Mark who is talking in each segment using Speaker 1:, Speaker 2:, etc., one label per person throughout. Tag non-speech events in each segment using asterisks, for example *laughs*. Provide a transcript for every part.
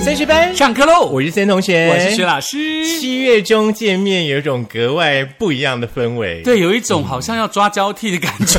Speaker 1: 三十班
Speaker 2: 上课喽！
Speaker 1: 我是森同学，
Speaker 2: 我是徐老师。
Speaker 1: 七月中见面，有一种格外不一样的氛围。，
Speaker 2: 对，有一种好像要抓交替的感
Speaker 1: *laughs*
Speaker 2: 觉。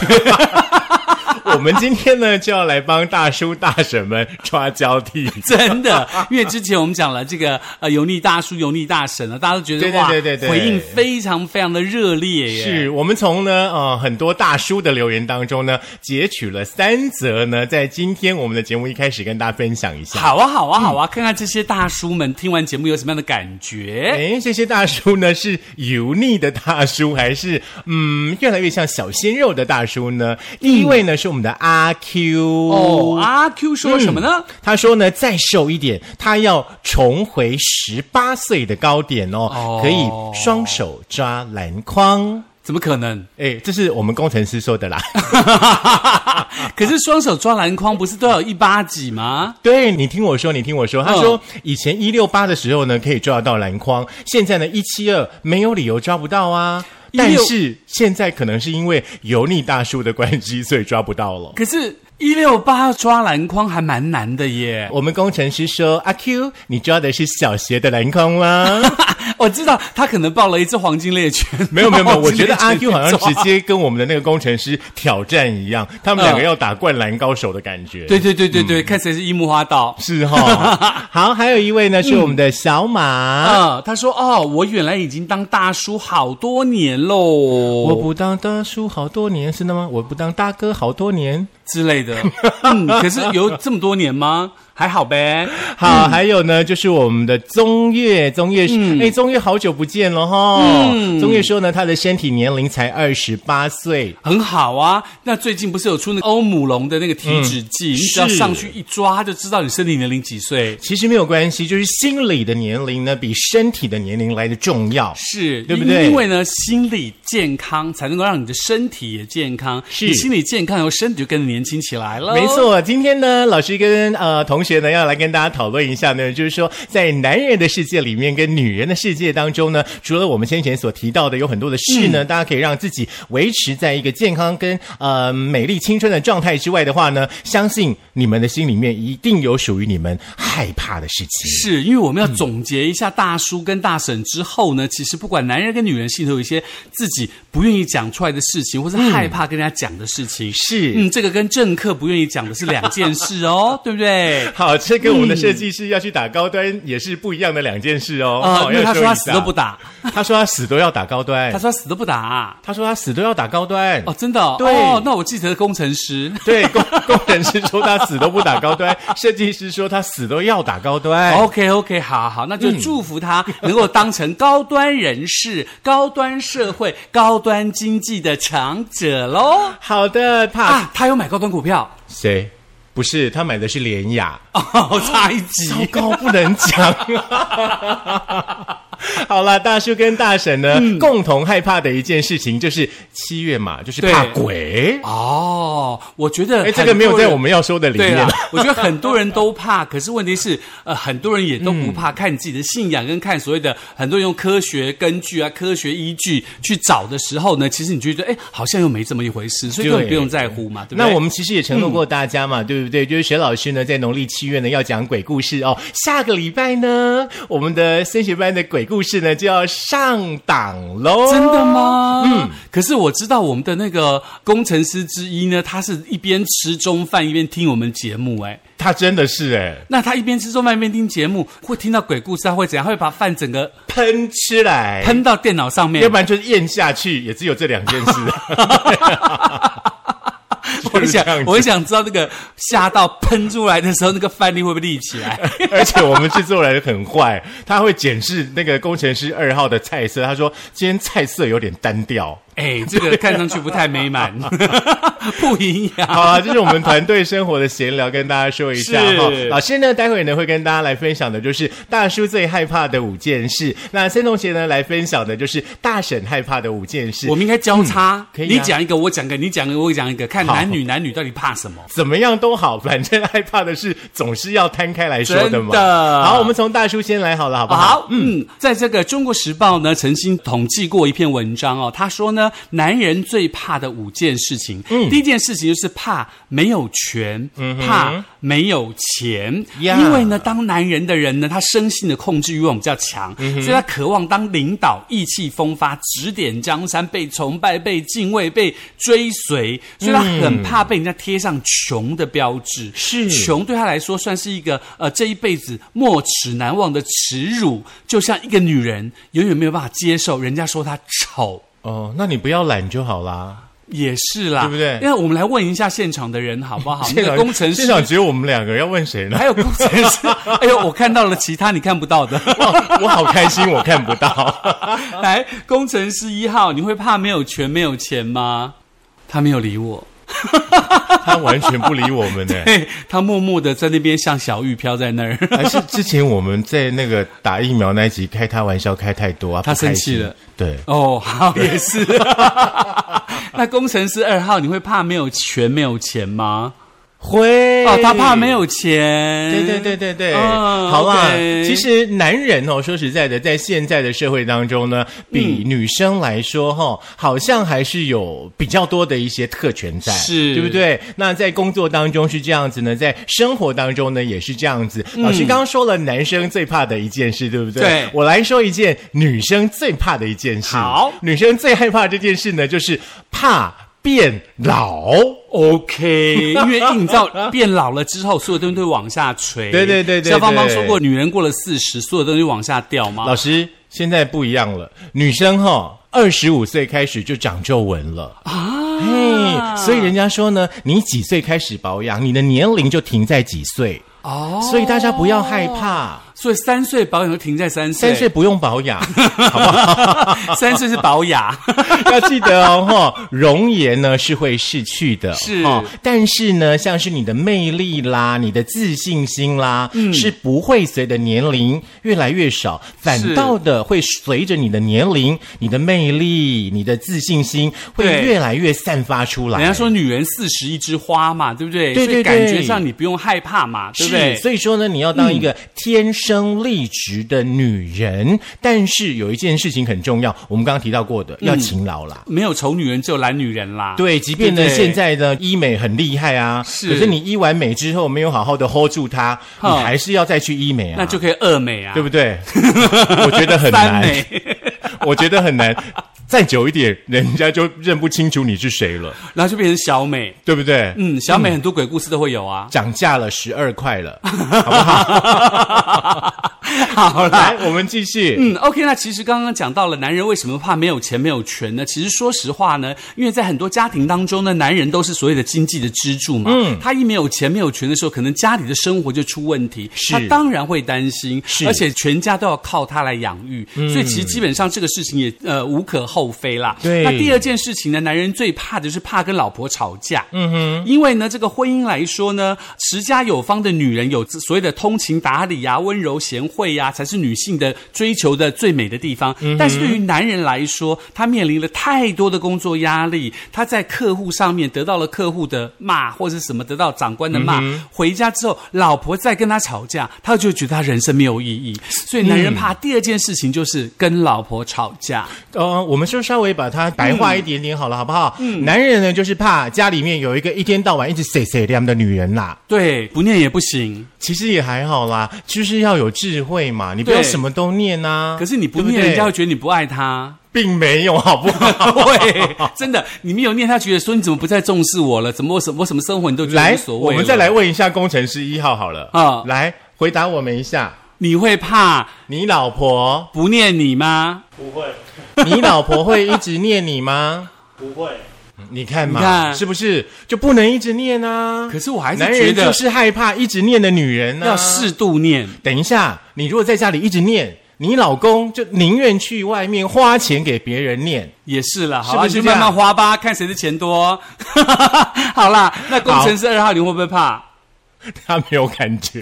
Speaker 1: 我们今天呢就要来帮大叔大婶们抓交
Speaker 2: *laughs*
Speaker 1: 替。
Speaker 2: 真的，因为之前我们讲了这个呃油腻大叔、油腻大神啊，大家都觉得
Speaker 1: 对对
Speaker 2: 哇，
Speaker 1: 对对对
Speaker 2: 回应非常非常的热烈耶。
Speaker 1: 是我们从呢呃很多大叔的留言当中呢截取了三则呢，在今天我们的节目一开始跟大家分享一下。
Speaker 2: 好啊，好啊，好啊！看看这些大叔们听完节目有什么样的感觉？
Speaker 1: 哎，这些大叔呢是油腻的大叔，还是嗯越来越像小鲜肉的大叔呢？第一位呢、是我们的阿 Q
Speaker 2: 哦，阿 Q 说什么呢？
Speaker 1: 嗯他说呢，再瘦一点，他要重回十八岁的高点哦，
Speaker 2: 哦
Speaker 1: 可以双手抓篮筐。
Speaker 2: 怎么可能？ *laughs*
Speaker 1: 哎，这是我们工程师说的啦。
Speaker 2: 可是双手抓篮筐不是都要有一八几吗？
Speaker 1: 对你听我说，你听我说，
Speaker 2: 嗯
Speaker 1: 他说、以前一六八的时候呢，可以抓得到篮筐，现在呢一七二没有理由抓不到啊。但
Speaker 2: 162
Speaker 1: 是现在可能是因为油腻大叔的关系，所以抓不到了。
Speaker 2: 可是，一六八抓篮筐还蛮难的耶。
Speaker 1: 我们工程师说：“阿 Q，你抓的是小学的篮筐吗？”
Speaker 2: *laughs* 我知道他可能报了一只黄金猎犬。 *laughs*
Speaker 1: 没有没有没 *laughs* 有，我觉得阿
Speaker 2: 黄金
Speaker 1: Q
Speaker 2: 猎
Speaker 1: 好
Speaker 2: 犬
Speaker 1: 像直
Speaker 2: 抓
Speaker 1: 接跟我们的那个工程师挑战一样，他们两个要打灌篮高手的感觉。
Speaker 2: 对。对对对对，看谁是樱木花道。
Speaker 1: *laughs* 嗯是哈、 *laughs* 哦，好，还有一位呢是我们的小马，
Speaker 2: 啊、他说：“哦，我原来已经当大叔好多年喽，
Speaker 1: 我不当大叔好多年，是的吗？我不当大哥好多年。
Speaker 2: 之
Speaker 1: *laughs*
Speaker 2: 类的。嗯，可是有这么多年吗？还好呗。
Speaker 1: 好，还有呢就是我们的宗岳，宗岳是，哎、宗岳好久不见了哈、宗岳说呢，他的身体年龄才二十八岁。
Speaker 2: 很好啊，那最近不是有出那个欧姆龙的那个体脂计，你只要
Speaker 1: 嗯是
Speaker 2: 上去一抓，就知道你身体年龄几岁。
Speaker 1: 其实没有关系，就是心理的年龄呢，比身体的年龄来的重要。
Speaker 2: 是
Speaker 1: 对不对
Speaker 2: 因为呢，心理健康才能够让你的身体也健康，
Speaker 1: 是
Speaker 2: 你心理健康以后，身体就跟着年轻起来了。
Speaker 1: 没，错，今天呢，老师跟呃同学呢要来跟大家讨论一下呢，就是说在男人的世界里面跟女人的世界当中呢，除了我们先前所提到的有很多的事呢，大家可以让自己维持在一个健康跟呃美丽青春的状态之外的话呢，相信你们的心里面一定有属于你们害怕的事情。
Speaker 2: 是因为我们要总结一下大叔跟大婶之后呢，其实不管男人跟女人，心里头有一些自己不愿意讲出来的事情，或是害怕跟人家讲的事情。
Speaker 1: 是
Speaker 2: 嗯，这个跟政客不愿意讲的是两件事哦，对不对？
Speaker 1: 好，这跟我们的设计师要去打高端也是不一样的两件事哦。
Speaker 2: 啊、
Speaker 1: 好
Speaker 2: 因为他说他死都，
Speaker 1: 要
Speaker 2: 不
Speaker 1: 一下哎
Speaker 2: 打，
Speaker 1: 他说他死都要打高端
Speaker 2: 他，说他死都不打、
Speaker 1: 他说他死都要打高端。
Speaker 2: 哦，真的哦、
Speaker 1: 对
Speaker 2: 哦，那我记得工程师。
Speaker 1: *laughs* 对，工工程师说他死都不打高端，设计师说他死都要打高端。
Speaker 2: OK OK，好好，那就祝福他能够当成高端人士、 *laughs* 高端社会、高端经济的强者喽！
Speaker 1: 好的，怕、
Speaker 2: 啊，他有买高端股票，
Speaker 1: 谁？不是，他买的是联雅，
Speaker 2: 哦，差一
Speaker 1: 糟
Speaker 2: 级。
Speaker 1: 糕，不能讲。 *laughs* 好了，大叔跟大婶呢，共同害怕的一件事情就是七月嘛，就是怕
Speaker 2: 对
Speaker 1: 鬼。
Speaker 2: *laughs* 哦，我觉得
Speaker 1: 哎，这个没有在我
Speaker 2: 们。
Speaker 1: 们要说的里
Speaker 2: 对啊
Speaker 1: 面 *laughs*
Speaker 2: 啦。，我觉得很多人都怕，可是问题是，呃，很多人也都不
Speaker 1: 嗯
Speaker 2: 怕，看你自己的信仰跟看所谓的很多人用科学根据啊、科学依据去找的时候呢，其实你就觉得，哎，好像又没这么一回事，所以根本
Speaker 1: 对
Speaker 2: 不用在乎嘛，对不对？嗯
Speaker 1: 那我们其实也承诺过大家嘛，对不对？就是沈老师呢，在农历七月呢要讲鬼故事哦。下个礼拜呢，我们的升学班的鬼故事呢就要上档喽。
Speaker 2: 真的？吗？嗯，可是我知道我们的那个工程师之一呢，他是一边吃中饭一边听我们节目、哎，
Speaker 1: 他真的是哎、
Speaker 2: 那他一边吃中饭一边听节目，会听到鬼故事，他会怎样？他会把饭整个
Speaker 1: 喷吃来，
Speaker 2: 喷到电脑上面
Speaker 1: 要不。然就是咽下去，也只有这两件事。
Speaker 2: *laughs*
Speaker 1: *laughs*
Speaker 2: 我
Speaker 1: 就是这
Speaker 2: 很想
Speaker 1: 样子，
Speaker 2: 我很想知道那个吓到喷出来的时候，那个饭粒会不会立起
Speaker 1: *laughs*
Speaker 2: 来？
Speaker 1: 而且我们制作人很坏，他会检视那个工程师二号的菜色，他说今天菜色有点单调。
Speaker 2: 哎，这个看上去不太
Speaker 1: *laughs*
Speaker 2: 美满，不营养。
Speaker 1: 好啊，这是我们团队生活的闲聊，跟大家说一下
Speaker 2: 是
Speaker 1: 哈。老师呢，待会呢会跟大家来分享的就是大叔最害怕的五件事，那森同学呢来分享的就是大婶害怕的五件事
Speaker 2: 我。们应该交叉，
Speaker 1: 可以啊
Speaker 2: 你讲一个，我讲一个，你讲一个，我讲一个，看
Speaker 1: 好
Speaker 2: 男女男女到底怕什么。
Speaker 1: 怎么样都好，反正害怕的事总是要摊开来说的嘛。
Speaker 2: 真的
Speaker 1: 好，我们从大叔先来好了，好不好？
Speaker 2: 好，嗯，在这个《中国时报》呢，曾经统计过一篇文章哦，他说呢，呢，男人最怕的五件事情，
Speaker 1: 嗯
Speaker 2: 第一件事情就是怕没有权，怕没有钱，
Speaker 1: 呀
Speaker 2: 因为呢，当男人的人呢，他生性的控制欲望比较强，
Speaker 1: 嗯
Speaker 2: 所以他渴望当领导，意气风发，指点江山，被崇拜、被敬畏、被追随，所以他
Speaker 1: 嗯
Speaker 2: 很怕被人家贴上穷的标志，
Speaker 1: 是
Speaker 2: 穷对他来说算是一个呃这一辈子莫齿难忘的耻辱，就像一个女人永远没有办法接受人家说她丑。
Speaker 1: 哦，那你不要懒就好啦。
Speaker 2: 也是啦，
Speaker 1: 对不对
Speaker 2: 因为我们来问一下现场的人好不好？那
Speaker 1: *laughs* 现
Speaker 2: 个
Speaker 1: 场
Speaker 2: 工程师
Speaker 1: 现，场只有我们两个，要问谁呢？
Speaker 2: 还有工程师， *laughs* 哎呦，我看到了其他你看不到的。 *laughs*
Speaker 1: 哇我好开心，我看不到。 *laughs*
Speaker 2: 来，工程师一号，你会怕没有权没有钱吗？他没有理我，
Speaker 1: 他完全不理我们呢、
Speaker 2: 嘿，他默默的在那边像小玉飘在那儿。
Speaker 1: 还是之前我们在那个打疫苗那一集开他玩笑开太多啊，
Speaker 2: 他
Speaker 1: 不开
Speaker 2: 生气
Speaker 1: 心
Speaker 2: 了。
Speaker 1: 对，
Speaker 2: 哦，好，也是。 *laughs* 那工程师二号，你会怕没有权没有钱吗？
Speaker 1: 会
Speaker 2: 哦，他怕没。有钱。
Speaker 1: 对对对对对，
Speaker 2: 嗯
Speaker 1: 好啦。
Speaker 2: OK
Speaker 1: 其实男人哦，说实在的，在现在的社会当中呢，
Speaker 2: 嗯
Speaker 1: 比女生来说哈、哦，好像还是有比较多的一些特权在，
Speaker 2: 是
Speaker 1: 对不对？那在工作当中是这样子呢，在生活当中呢也是这样子。老师刚刚说了，男生最怕的一件事，对不对？
Speaker 2: 嗯对
Speaker 1: 我来说一件女生最怕的一件事。
Speaker 2: 好
Speaker 1: 女生最害怕这件事呢，就是怕变老。
Speaker 2: OK，因为你知道变老了之后，所有东西都会往下垂。
Speaker 1: 对对对对
Speaker 2: 肖芳芳说
Speaker 1: 对
Speaker 2: 过，女人过了四十，所有东西往下掉嘛。
Speaker 1: 老师，现在不一样了，女生哈、二十五岁开始就长皱纹了啊，嘿，所以人家说呢，你几岁开始保养，你的年龄就停在几岁，
Speaker 2: 哦，
Speaker 1: 所以大家不要害怕，
Speaker 2: 所以三岁保养就停在三岁，
Speaker 1: 三岁不用保养，好不好？
Speaker 2: *laughs* 三岁是保
Speaker 1: *laughs*
Speaker 2: 养，
Speaker 1: 要记得哦，哈，容颜呢是会逝去的，
Speaker 2: 是
Speaker 1: 哦，但是呢，像是你的魅力啦、你的自信心啦，是不会随着年龄越来越少，
Speaker 2: 嗯是
Speaker 1: 反倒的会随着你的年龄、你的魅力、你的自信心会
Speaker 2: 对
Speaker 1: 越来越散发出来。
Speaker 2: 人家说女人四十一枝花嘛，对不对？
Speaker 1: 对对
Speaker 2: 所以感
Speaker 1: 对
Speaker 2: 觉上你不用害怕嘛，对
Speaker 1: 是，
Speaker 2: 不对？嗯
Speaker 1: 所以说呢，你要当一个天生丽质的女人，但是有一件事情很重要，我们刚刚提到过的，
Speaker 2: 嗯
Speaker 1: 要勤劳啦。
Speaker 2: 没有丑女人，只有懒女人啦。
Speaker 1: 对，即便
Speaker 2: 对
Speaker 1: 呢
Speaker 2: 不对
Speaker 1: 现在呢医美很厉害啊，
Speaker 2: 是
Speaker 1: 可是你医完美之后没有好好的 hold 住它，你
Speaker 2: 哼
Speaker 1: 还是要再去医美啊，
Speaker 2: 那就可以二美啊，
Speaker 1: 对不
Speaker 2: *laughs*
Speaker 1: 对？我觉得很
Speaker 2: 三
Speaker 1: 难，
Speaker 2: 美，
Speaker 1: 我觉得很难，再久一点，人家就认不清楚你是谁了，
Speaker 2: 然后就变成小美。
Speaker 1: 对不对？
Speaker 2: 嗯，小美很多鬼故事都会有啊。
Speaker 1: 涨价了十二块了，好不好？
Speaker 2: *laughs* 好啦，
Speaker 1: 来，我们继续。
Speaker 2: 嗯，OK，那其实刚刚讲到了男人为什么怕没有钱没有权呢？其实说实话呢，因为在很多家庭当中呢，男人都是所谓的经济的支柱嘛。嗯，他一没有钱没有权的时候，可能家里的生活就出问题，
Speaker 1: 是
Speaker 2: 他当然会担心，
Speaker 1: 是嗯
Speaker 2: 而且全家都要靠他来养育，所以其实基本上这个事情也呃无可厚非啦。
Speaker 1: 对
Speaker 2: 那第二件事情呢，男人最怕的就是怕跟老婆吵架。嗯哼，因为呢，这个婚姻来说呢，持家有方的女人有所谓的通情达理呀、温柔贤惠呀、才是女性的追求的最美的地方。
Speaker 1: 嗯
Speaker 2: 但是对于男人来说，他面临了太多的工作压力，他在客户上面得到了客户的骂或者什么，得到长官的骂，
Speaker 1: 嗯
Speaker 2: 回家之后，老婆再跟他吵架，他就觉得他人生没有意义。所以男
Speaker 1: 嗯
Speaker 2: 人怕第二件事情就是跟老婆吵架。
Speaker 1: 呃，我们就稍微把它白话一点点好了，好不好？嗯，男人呢就是怕家里面有一个一天到晚一直 say say 亮的女人啦。
Speaker 2: 对，不念也不行。
Speaker 1: 其实也还好啦，就是要有智慧嘛，你不要
Speaker 2: 对
Speaker 1: 什么都念呐、
Speaker 2: 可是你不
Speaker 1: 对
Speaker 2: 念，
Speaker 1: 对
Speaker 2: 人家会觉得你不爱他。
Speaker 1: 并没有，好不好？
Speaker 2: *laughs*
Speaker 1: *laughs*
Speaker 2: 对，真的，你没有念，他觉得说你怎么不再重视我了？怎么我什我什么生活你都觉得无
Speaker 1: 来，
Speaker 2: 所谓？
Speaker 1: 我们再来，问一下工程师一号好了
Speaker 2: 啊
Speaker 1: 来回答我们一下，
Speaker 2: 你会怕
Speaker 1: 你老婆，
Speaker 2: 不念你吗？
Speaker 3: 不会，
Speaker 1: 你老婆会一直念你吗？
Speaker 3: 不会，
Speaker 1: 你看嘛，
Speaker 2: 你看
Speaker 1: 是不是就不能一直念啊？
Speaker 2: 可是我还是
Speaker 1: 男
Speaker 2: 觉
Speaker 1: 人
Speaker 2: 得
Speaker 1: 就是害怕一直念的女人呢、
Speaker 2: 要适度念。
Speaker 1: 等一下，你如果在家里一直念，你老公就宁愿去外面花钱给别人念。
Speaker 2: 也是了，好
Speaker 1: 是
Speaker 2: 吧，
Speaker 1: 不是
Speaker 2: 就
Speaker 1: 这
Speaker 2: 慢
Speaker 1: 样
Speaker 2: 慢花吧，看谁的钱多。 *laughs* 好啦，那工程师二号，你会不会怕？
Speaker 1: 他没有感
Speaker 2: *laughs*
Speaker 1: 觉，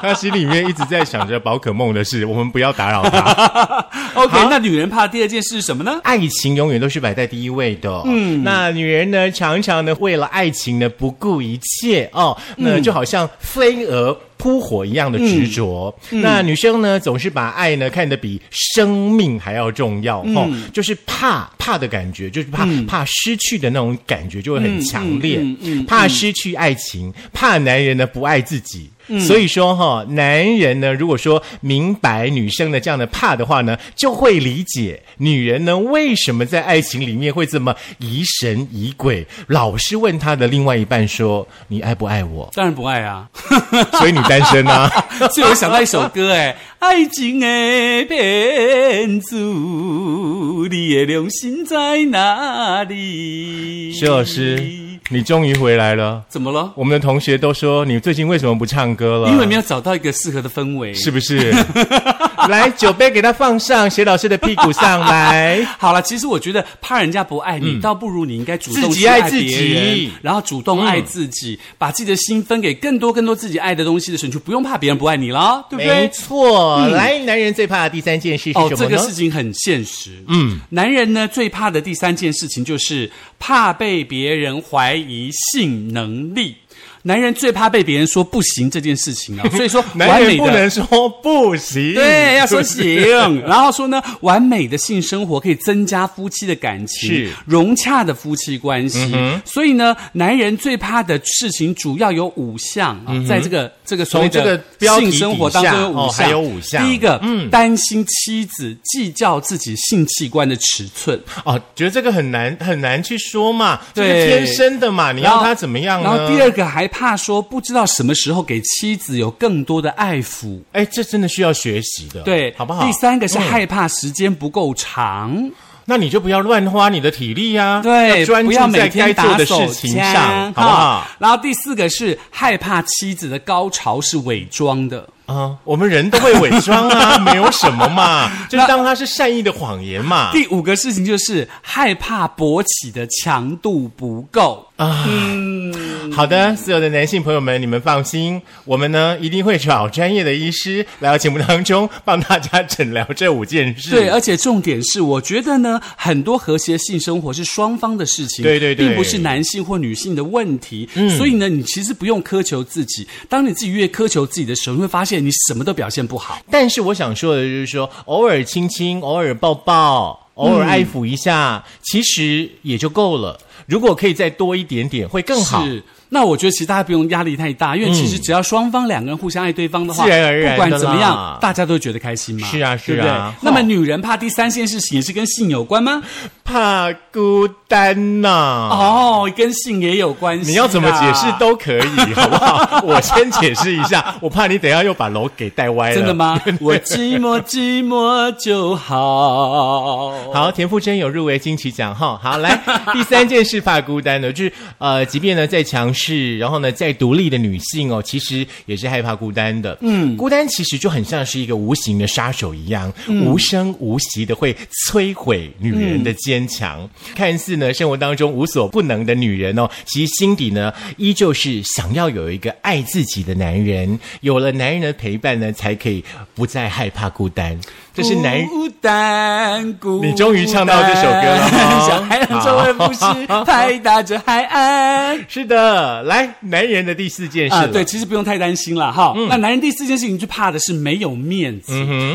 Speaker 1: 他心里面一直在想着宝可梦的事，我们不要打扰
Speaker 2: *laughs*
Speaker 1: 他。
Speaker 2: OK，那女人怕第二件事是什么呢？
Speaker 1: 爱情永远都是摆在第一位的、嗯，那女人呢，
Speaker 2: 嗯
Speaker 1: 常常呢为了爱情呢不顾一切哦，那就好像飞蛾。扑火一样的执着。
Speaker 2: 嗯
Speaker 1: 那女生呢，总是把爱呢看得比生命还要重要，哦，
Speaker 2: 嗯
Speaker 1: 就是怕怕的感觉，就是怕、怕失去的那种感觉就会很强烈，
Speaker 2: 嗯嗯嗯
Speaker 1: 怕失去爱情，怕男人呢不爱自己。
Speaker 2: 嗯
Speaker 1: 所以说哈、男人呢，如果说明白女生的这样的怕的话呢，就会理解女人呢为什么在爱情里面会这么疑神疑鬼，老是问她的另外一半说：“你爱不爱
Speaker 2: *laughs*
Speaker 1: 我
Speaker 2: 当然不爱啊，？”
Speaker 1: 所以你单身啊？
Speaker 2: *laughs* 所以我想到一首歌，哎，爱情的骗子，你的良心在哪里？
Speaker 1: 薛老师，你终于回来了。
Speaker 2: 怎么了？
Speaker 1: 我们的同学都说你最近为什么不唱歌了？
Speaker 2: 因为没有找到一个适合的氛围。
Speaker 1: 是不是？ *laughs* 来，酒杯给他放上，薛老师的屁股上来。
Speaker 2: 好了，其实我觉得怕人家不爱你，倒不如你应该主动
Speaker 1: 嗯自己
Speaker 2: 去
Speaker 1: 爱自
Speaker 2: 别
Speaker 1: 己嗯
Speaker 2: 人然后主动爱自己，把自己的心分给更多更多自己爱的东西的时候，你就不用怕别人不爱你了，对不
Speaker 1: 没
Speaker 2: 对？
Speaker 1: 错，来，男人最怕的第三件事是什么
Speaker 2: 嗯哦
Speaker 1: 呢？，
Speaker 2: 这个事情很现实。嗯，男人呢最怕的第三件事情就是怕被别人怀疑性能力。男人最怕被别人说不行这件事情
Speaker 1: *laughs*
Speaker 2: 啊，所以说
Speaker 1: 男
Speaker 2: 完
Speaker 1: 人
Speaker 2: 美的
Speaker 1: 不能说不行，
Speaker 2: 对，要说
Speaker 1: 是不是
Speaker 2: 行。
Speaker 1: *laughs*
Speaker 2: 然后说呢，完美的性生活可以增加夫妻的感情，
Speaker 1: 是嗯
Speaker 2: 融洽的夫妻关系。所以呢，男人最怕的事情主要有五项啊，在这个这个所谓
Speaker 1: 嗯从这个
Speaker 2: 的
Speaker 1: 标题
Speaker 2: 性生活当中有五项，
Speaker 1: 底下哦还有五项嗯
Speaker 2: 第一个，担心妻子计较自己性器官的尺寸，
Speaker 1: 哦，觉得这个很难很难去说嘛，这
Speaker 2: 对
Speaker 1: 是天生的嘛，你
Speaker 2: 然
Speaker 1: 要
Speaker 2: 后
Speaker 1: 他怎么样呢？
Speaker 2: 然后第，二个还怕说不知道什么时候给妻子有更多的爱抚。
Speaker 1: 哎，这真的需要学习的，
Speaker 2: 对，
Speaker 1: 好不好？
Speaker 2: 第三个是
Speaker 1: 嗯
Speaker 2: 害怕时间不够长，
Speaker 1: 那你就不要乱花你的体力呀、
Speaker 2: *laughs* 对，
Speaker 1: 要专
Speaker 2: 不要
Speaker 1: 注在
Speaker 2: 每
Speaker 1: 该
Speaker 2: 天
Speaker 1: 做
Speaker 2: 打
Speaker 1: 的
Speaker 2: 手
Speaker 1: 事情
Speaker 2: 枪
Speaker 1: 上，好不好？？
Speaker 2: 然后第四个是害怕妻子的高潮是伪装的，
Speaker 1: 啊、我们人都会伪装
Speaker 2: *laughs*
Speaker 1: 啊，没有什么嘛，就是当它是善意的谎言嘛。
Speaker 2: 第五个事情就是害怕勃起的强度不够。
Speaker 1: 嗯好的，所有的男性朋友们，你们放心，我们呢一定会找专业的医师来到节目当中帮大家诊疗这五件事。
Speaker 2: 对，而呃且重点是，我觉得呢，很多和谐性生活是双方的事情，
Speaker 1: 对对对嗯
Speaker 2: 并不是男性或女性的问题。所以呢，你其实不用苛求自己。当你自己越苛求自己的时候，你会发现你什么都表现不好。
Speaker 1: 但是我想说的就是说，偶尔亲亲，偶尔抱抱，偶尔爱抚一下，其实也就够了。如果可以再多一点点，会更哦好。嗯
Speaker 2: 是，那我觉得其实大家不用压力太大，因为其实只要双方两个人互相爱对方的话，
Speaker 1: 自然而然
Speaker 2: 不管怎么
Speaker 1: 的啦
Speaker 2: 样，大家都会觉得开心嘛。
Speaker 1: 是啊是啊
Speaker 2: 对不对
Speaker 1: 哦
Speaker 2: 那么女人怕第三件事情也是跟性有关吗？
Speaker 1: 怕孤单呐、
Speaker 2: 哦，跟性也有关系啊。
Speaker 1: 你要怎么解释都可以，好不好？
Speaker 2: *laughs*
Speaker 1: 我先解释一下，我怕你等一下又把楼给带歪了。
Speaker 2: 真
Speaker 1: *laughs*
Speaker 2: 的？吗？我寂寞寂寞就好。
Speaker 1: 好，田馥甄有入围金曲奖哈。好，来 *laughs* 第三件事怕孤单的，就是呃，即便呢再强势，然后呢再独立的女性哦，其实也是害怕孤单的。嗯，孤单其实就很像是一个无形的杀手一样，无声无息的会摧毁女人的坚强。看似呢生活当中无所不能的女人哦，其实心底呢依旧是想要有一个爱自己的男人。有了男人的陪伴呢，才可以不再害怕孤单。这是男
Speaker 2: 孤单，孤单。
Speaker 1: 你终于唱到这首歌了哦
Speaker 2: *laughs* 小海洋周围不是拍打着海岸。
Speaker 1: 是的，来，男人的第四件事、嗯
Speaker 2: 啊、对，，其实不用太担心了哈。那男人第四件事情就怕的是没有面子，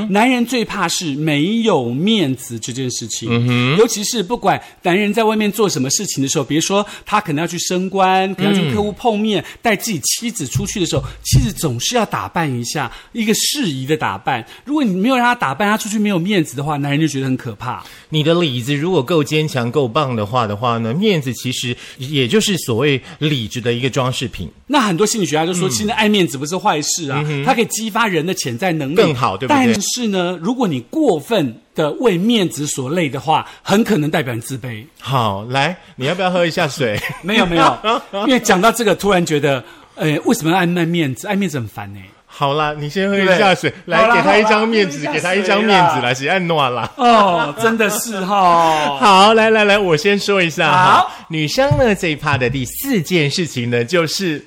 Speaker 2: 男人最怕是没有面子这件事情，
Speaker 1: 嗯
Speaker 2: 尤其是不管男人在外面做什么事情的时候，比如说他可能要去升官，可能要去客户碰面，带自己妻子出去的时候，妻子总是要打扮一下，一个适宜的打扮。如果你没有让他打扮，他出去没有面子的话，男人就觉得很可怕。
Speaker 1: 你的理子如果够坚强、够棒的话的话呢，面子其实也就是所谓理智的一个装饰品。
Speaker 2: 那很多心理学家就
Speaker 1: 嗯
Speaker 2: 说，其实爱面子不是坏事啊，它可以激发人的潜在能力，
Speaker 1: 更好对不对
Speaker 2: 但是呢，如果你过分的为面子所累的话，很可能代表你自卑。
Speaker 1: 好，来，你要不要喝一下水？
Speaker 2: *laughs* 没有
Speaker 1: *laughs*
Speaker 2: 没有，因为讲到这个，突然觉得，呃，为什么要爱卖面子？爱面子很烦
Speaker 1: *laughs*
Speaker 2: 呢、
Speaker 1: 好啦，你先喝一下水，
Speaker 2: 对
Speaker 1: 来
Speaker 2: 好啦
Speaker 1: 给
Speaker 2: 好
Speaker 1: 他
Speaker 2: 啦
Speaker 1: 一张面子，
Speaker 2: 喝一下
Speaker 1: 给他一张
Speaker 2: 水
Speaker 1: 面
Speaker 2: 啦
Speaker 1: 子啦，是按诺啦。
Speaker 2: 哦，真的是哈、
Speaker 1: 好，来来来，我先说一下哈
Speaker 2: 好，
Speaker 1: 女生呢这一趴的第四件事情呢，就是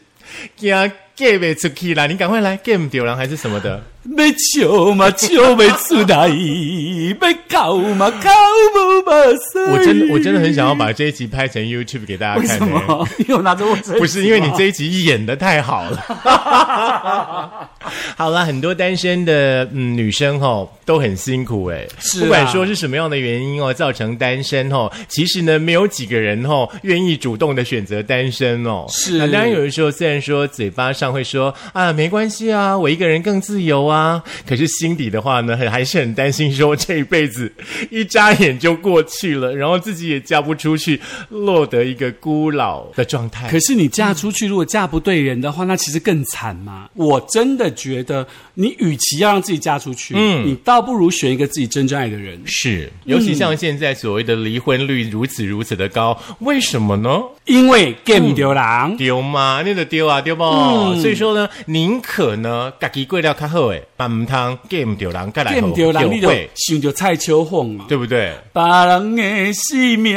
Speaker 1: 要 get 出去啦，你赶快来 get 丢人还是什么的。
Speaker 2: 要笑嘛笑不出来，要哭嘛哭不嘛出
Speaker 1: 我真我真的很想要把这一集拍成 YouTube 给大家
Speaker 2: 为什
Speaker 1: 看、欸。
Speaker 2: 么？ *laughs* 因为我拿着我这
Speaker 1: 不是因为你这一集演的太好
Speaker 2: *laughs*
Speaker 1: 了，好啦，很多单身的嗯女生哦都很辛苦哎、
Speaker 2: 是啊
Speaker 1: 不管说是什么样的原因哦造成单身哦，其实呢没有几个人哦愿意主动的选择单身哦。
Speaker 2: 是
Speaker 1: 那当然有的时候虽然说嘴巴上会说啊没关系啊，我一个人更自由啊，可是心底的话呢，很还是很担心说这一辈子一眨眼就过去了，然后自己也嫁不出去，落得一个孤老的状态。
Speaker 2: 可是你嫁出去，如果嫁不对人的话，那其实更惨嘛。我真的觉得，你与其要让自己嫁出去，
Speaker 1: 嗯
Speaker 2: 你倒不如选一个自己真正爱的人。
Speaker 1: 是，
Speaker 2: 嗯
Speaker 1: 尤其像现在所谓的离婚率如此如此的高，为什么呢？
Speaker 2: 因为 game 丢狼，
Speaker 1: 丢嘛，那个丢啊丢不、
Speaker 2: 嗯
Speaker 1: 所以说呢，宁可呢，家己过了较好诶，把唔汤 game 丢人，该来
Speaker 2: game 丢狼，你就
Speaker 1: 哎会，
Speaker 2: 想着蔡秋凤嘛。
Speaker 1: 对不对？
Speaker 2: 别人的性命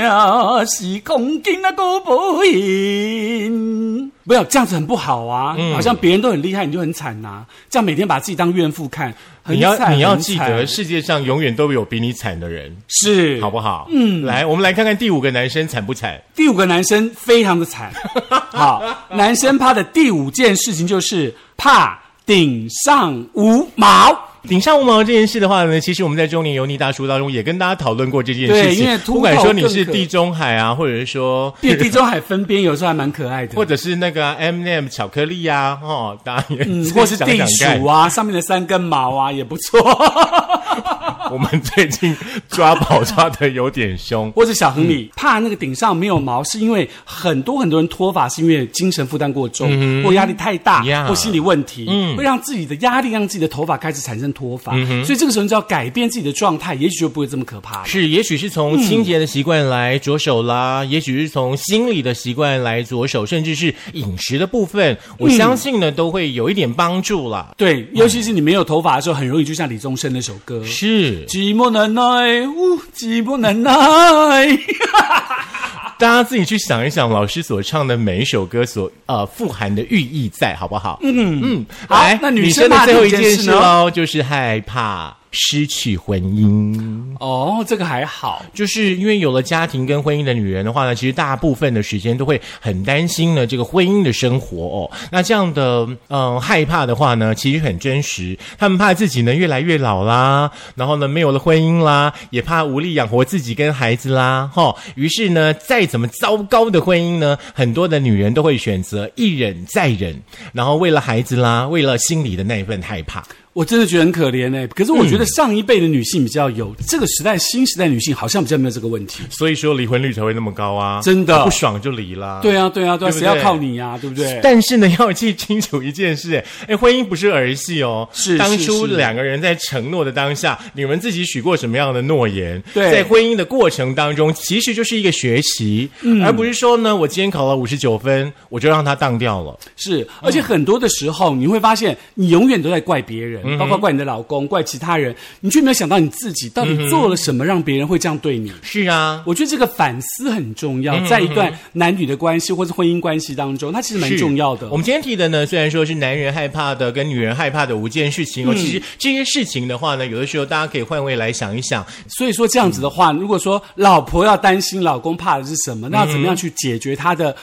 Speaker 2: 是公斤啊，个无赢。没有这样子很不好啊，
Speaker 1: 嗯
Speaker 2: 好像别人都很厉害，你就很惨呐、这样每天把自己当怨妇看，很
Speaker 1: 你要
Speaker 2: 惨
Speaker 1: 你要
Speaker 2: 很
Speaker 1: 记
Speaker 2: 惨
Speaker 1: 得，世界上永远都有比你惨的人，
Speaker 2: 是
Speaker 1: 好不好？嗯，来，我们来看看第五个男生惨不惨？
Speaker 2: 第五个男生非常的惨，
Speaker 1: *laughs*
Speaker 2: 好，男生怕的第五件事情就是怕顶上无毛。
Speaker 1: 顶上无毛这件事的话呢，其实我们在中年油腻大叔当中也跟大家讨论过这件事
Speaker 2: 对
Speaker 1: 情
Speaker 2: 因为。秃
Speaker 1: 不管
Speaker 2: 头
Speaker 1: 说你
Speaker 2: 更
Speaker 1: 是
Speaker 2: 可
Speaker 1: 地中海啊，或者是说
Speaker 2: 因为地中海分边有时候还蛮可爱的，
Speaker 1: 或者是那个啊 M M 巧克力呀、啊，哦，大家也
Speaker 2: 嗯，或是
Speaker 1: 想
Speaker 2: 地
Speaker 1: 想看
Speaker 2: 鼠啊，上面的三根毛啊也不错，。
Speaker 1: 我们最近抓宝抓的有点凶
Speaker 2: *laughs* 或者小亨
Speaker 1: 嗯
Speaker 2: 利、怕那个顶上没有毛，是因为很多很多人脱发是因为精神负担过重，或压力太大
Speaker 1: 嗯 Yeah 嗯
Speaker 2: 或心理问题，会让自己的压力让自己的头发开始产生脱发，所以这个时候你只要改变自己的状态，也许就不会这么可怕了。
Speaker 1: *laughs* 是，也许是从清洁的习惯来着手啦，也许是从心理的习惯来着手，甚至是饮食的部分，我相信呢、都会有一点帮助啦。
Speaker 2: 对，尤其是你没有头发的时候，很容易就像李宗盛那首歌《
Speaker 1: 是，
Speaker 2: 寂寞难耐》，呜，寂寞难耐。
Speaker 1: 大家自己去想一想，老师所唱的每一首歌所呃富含的寓意在，好不好？嗯嗯，
Speaker 2: 好
Speaker 1: 来，
Speaker 2: 那
Speaker 1: 女
Speaker 2: 女
Speaker 1: 生
Speaker 2: 生
Speaker 1: 的
Speaker 2: 怕
Speaker 1: 最后一
Speaker 2: 哪
Speaker 1: 件
Speaker 2: 件事
Speaker 1: 事
Speaker 2: 呢
Speaker 1: 喽，就是害怕失去婚姻。
Speaker 2: *laughs* 哦，这个还好，
Speaker 1: 就是因为有了家庭跟婚姻的女人的话呢，其实大部分的时间都会很担心呢这个婚姻的生活哦。那这样的嗯、呃害怕的话呢，其实很真实。他们怕自己呢越来越老啦，然后呢没有了婚姻啦，也怕无力养活自己跟孩子啦，哈、于是呢，再怎么糟糕的婚姻呢，很多的女人都会选择一忍再忍，然后为了孩子啦，为了心里的那一份害怕。
Speaker 2: 我真的觉得很可怜哎、可是我觉得上一辈的女性比较有，这个时代新时代女性好像比较没有这个问题。
Speaker 1: 所以说离婚率才会那么高啊！
Speaker 2: 真的
Speaker 1: 不爽就离啦。
Speaker 2: 对啊，对啊，对
Speaker 1: 对不对
Speaker 2: 啊，谁要靠你呀、对不对？
Speaker 1: 但是呢，要记清楚一件事，哎哎，婚姻不是儿戏哦。
Speaker 2: 是
Speaker 1: 当
Speaker 2: 是
Speaker 1: 初
Speaker 2: 是
Speaker 1: 两个人在承诺的当下，你们自己许过什么样的诺言？
Speaker 2: 对
Speaker 1: 在婚姻的过程当中，其实就是一个学习，
Speaker 2: 嗯
Speaker 1: 而不是说呢，我今天考了五十九分，我就让它当掉了。
Speaker 2: 是，而且很多的时候你会发现，你永远都在怪别人，包括怪你的老公、怪其他人，你却没有想到你自己到底做了什么，让别人会这样对你。
Speaker 1: 是啊，
Speaker 2: 我觉得这个反思很重要，
Speaker 1: 嗯
Speaker 2: 在一段男女的关系或是婚姻关系当中，它其实蛮
Speaker 1: 是
Speaker 2: 重要的
Speaker 1: 我。们今天提的呢，虽然说是男人害怕的跟女人害怕的五件事
Speaker 2: 嗯
Speaker 1: 情哦，其实这些事情的话呢，有的时候大家可以换位来想一想，
Speaker 2: 所以说这样子的话，如果说老婆要担心老公怕的是
Speaker 1: 嗯
Speaker 2: 什么，那要怎么样去解决他的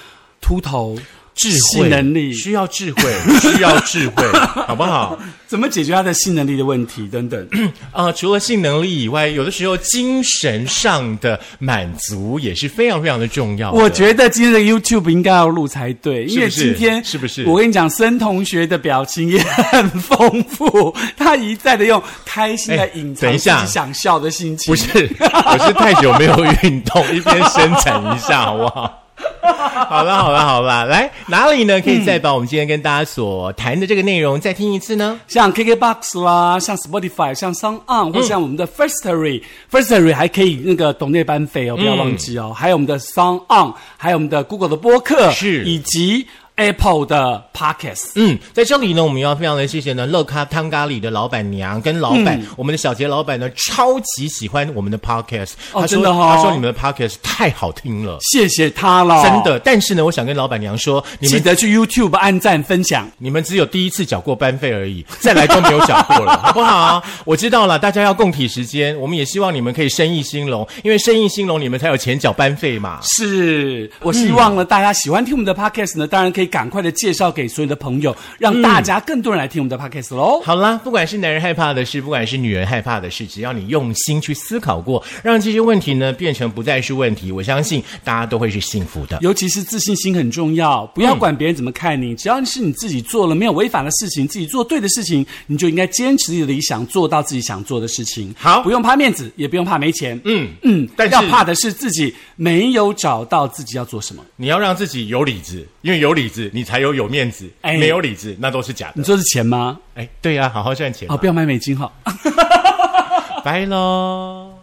Speaker 2: 秃头、
Speaker 1: 智慧
Speaker 2: 性能力，
Speaker 1: 需要智慧，需要智
Speaker 2: *laughs*
Speaker 1: 慧，好不好？
Speaker 2: 怎么解决他的性能力的问题等等？
Speaker 1: 啊，除了性能力以外，有的时候精神上的满足也是非常非常的重要的。
Speaker 2: 我觉得今天的 YouTube 应该要录才对，因为
Speaker 1: 是不是
Speaker 2: 今天
Speaker 1: 是不是
Speaker 2: 我跟你讲，森同学的表情也很丰富，他一再的用开心的
Speaker 1: 哎
Speaker 2: 隐藏
Speaker 1: 等一
Speaker 2: 自
Speaker 1: 下
Speaker 2: 己想笑的心情。
Speaker 1: 不是， *laughs* 我是太久没有运动，一边伸展一下，好不好？ *laughs* 好啦，好啦，好啦，来哪里呢？可以再把我们今天跟大家所谈的这个内容再听一次呢？
Speaker 2: 像 KKBox 啦，像 Spotify，像 s o n On，或
Speaker 1: 嗯
Speaker 2: 像我们的 Firstory，Firstory、还可以那个懂内
Speaker 1: 嗯
Speaker 2: 班费哦，不要忘记哦。还有我们的 s o n On，还有我们的 Google 的播客，
Speaker 1: 是
Speaker 2: 以及。 Apple 的 Podcast。
Speaker 1: 嗯，在这里呢，我们要非常的谢谢呢乐咖汤咖喱的老板娘跟老
Speaker 2: 嗯
Speaker 1: 板，我们的小杰老板呢超级喜欢我们的 podcast，、
Speaker 2: 哦
Speaker 1: 他说
Speaker 2: 真的哦
Speaker 1: 他说你们的 podcast 太好听了，
Speaker 2: 谢谢他了，
Speaker 1: 真，的。但是呢，我想跟老板娘说，你
Speaker 2: 记
Speaker 1: 们
Speaker 2: 得去 YouTube 按赞分享。
Speaker 1: 你们只有第一次缴过班费而已，再来都没有缴 *laughs* 过了，好不好、我知道了，大家要共体时间，我们也希望你们可以生意兴隆，因为生意兴隆，你们才有钱缴班费嘛。
Speaker 2: 是我希望呢，大家喜欢听我们的 podcast 呢，当然可以赶快的介绍给所有的朋友，
Speaker 1: 嗯
Speaker 2: 让大家更多人来听我们的 podcast 喽。
Speaker 1: 好啦，不管是男人害怕的事，不管是女人害怕的事，只要你用心去思考过，让这些问题呢变成不再是问题，我相信大家都会是幸福的。
Speaker 2: 尤其是自信心很重要，
Speaker 1: 嗯
Speaker 2: 不要管别人怎么看你，只要是你自己做了没有违反的事情，自己做对的事情，你就应该坚持自己的理想，做到自己想做的事情。
Speaker 1: 好
Speaker 2: 不用怕面子，也不用怕没钱。
Speaker 1: 嗯
Speaker 2: 嗯，
Speaker 1: 但是
Speaker 2: 要怕的是自己没有找到自己要做什么。
Speaker 1: 你要让自己有理智，因为有理智你才有有面子，
Speaker 2: 哎
Speaker 1: 没有理智那都是假的哎啊
Speaker 2: 你。说是钱吗？哦
Speaker 1: 哎，对呀、好好赚钱
Speaker 2: 啊、
Speaker 1: 嘛，
Speaker 2: 不要买美金哈。
Speaker 1: 拜喽。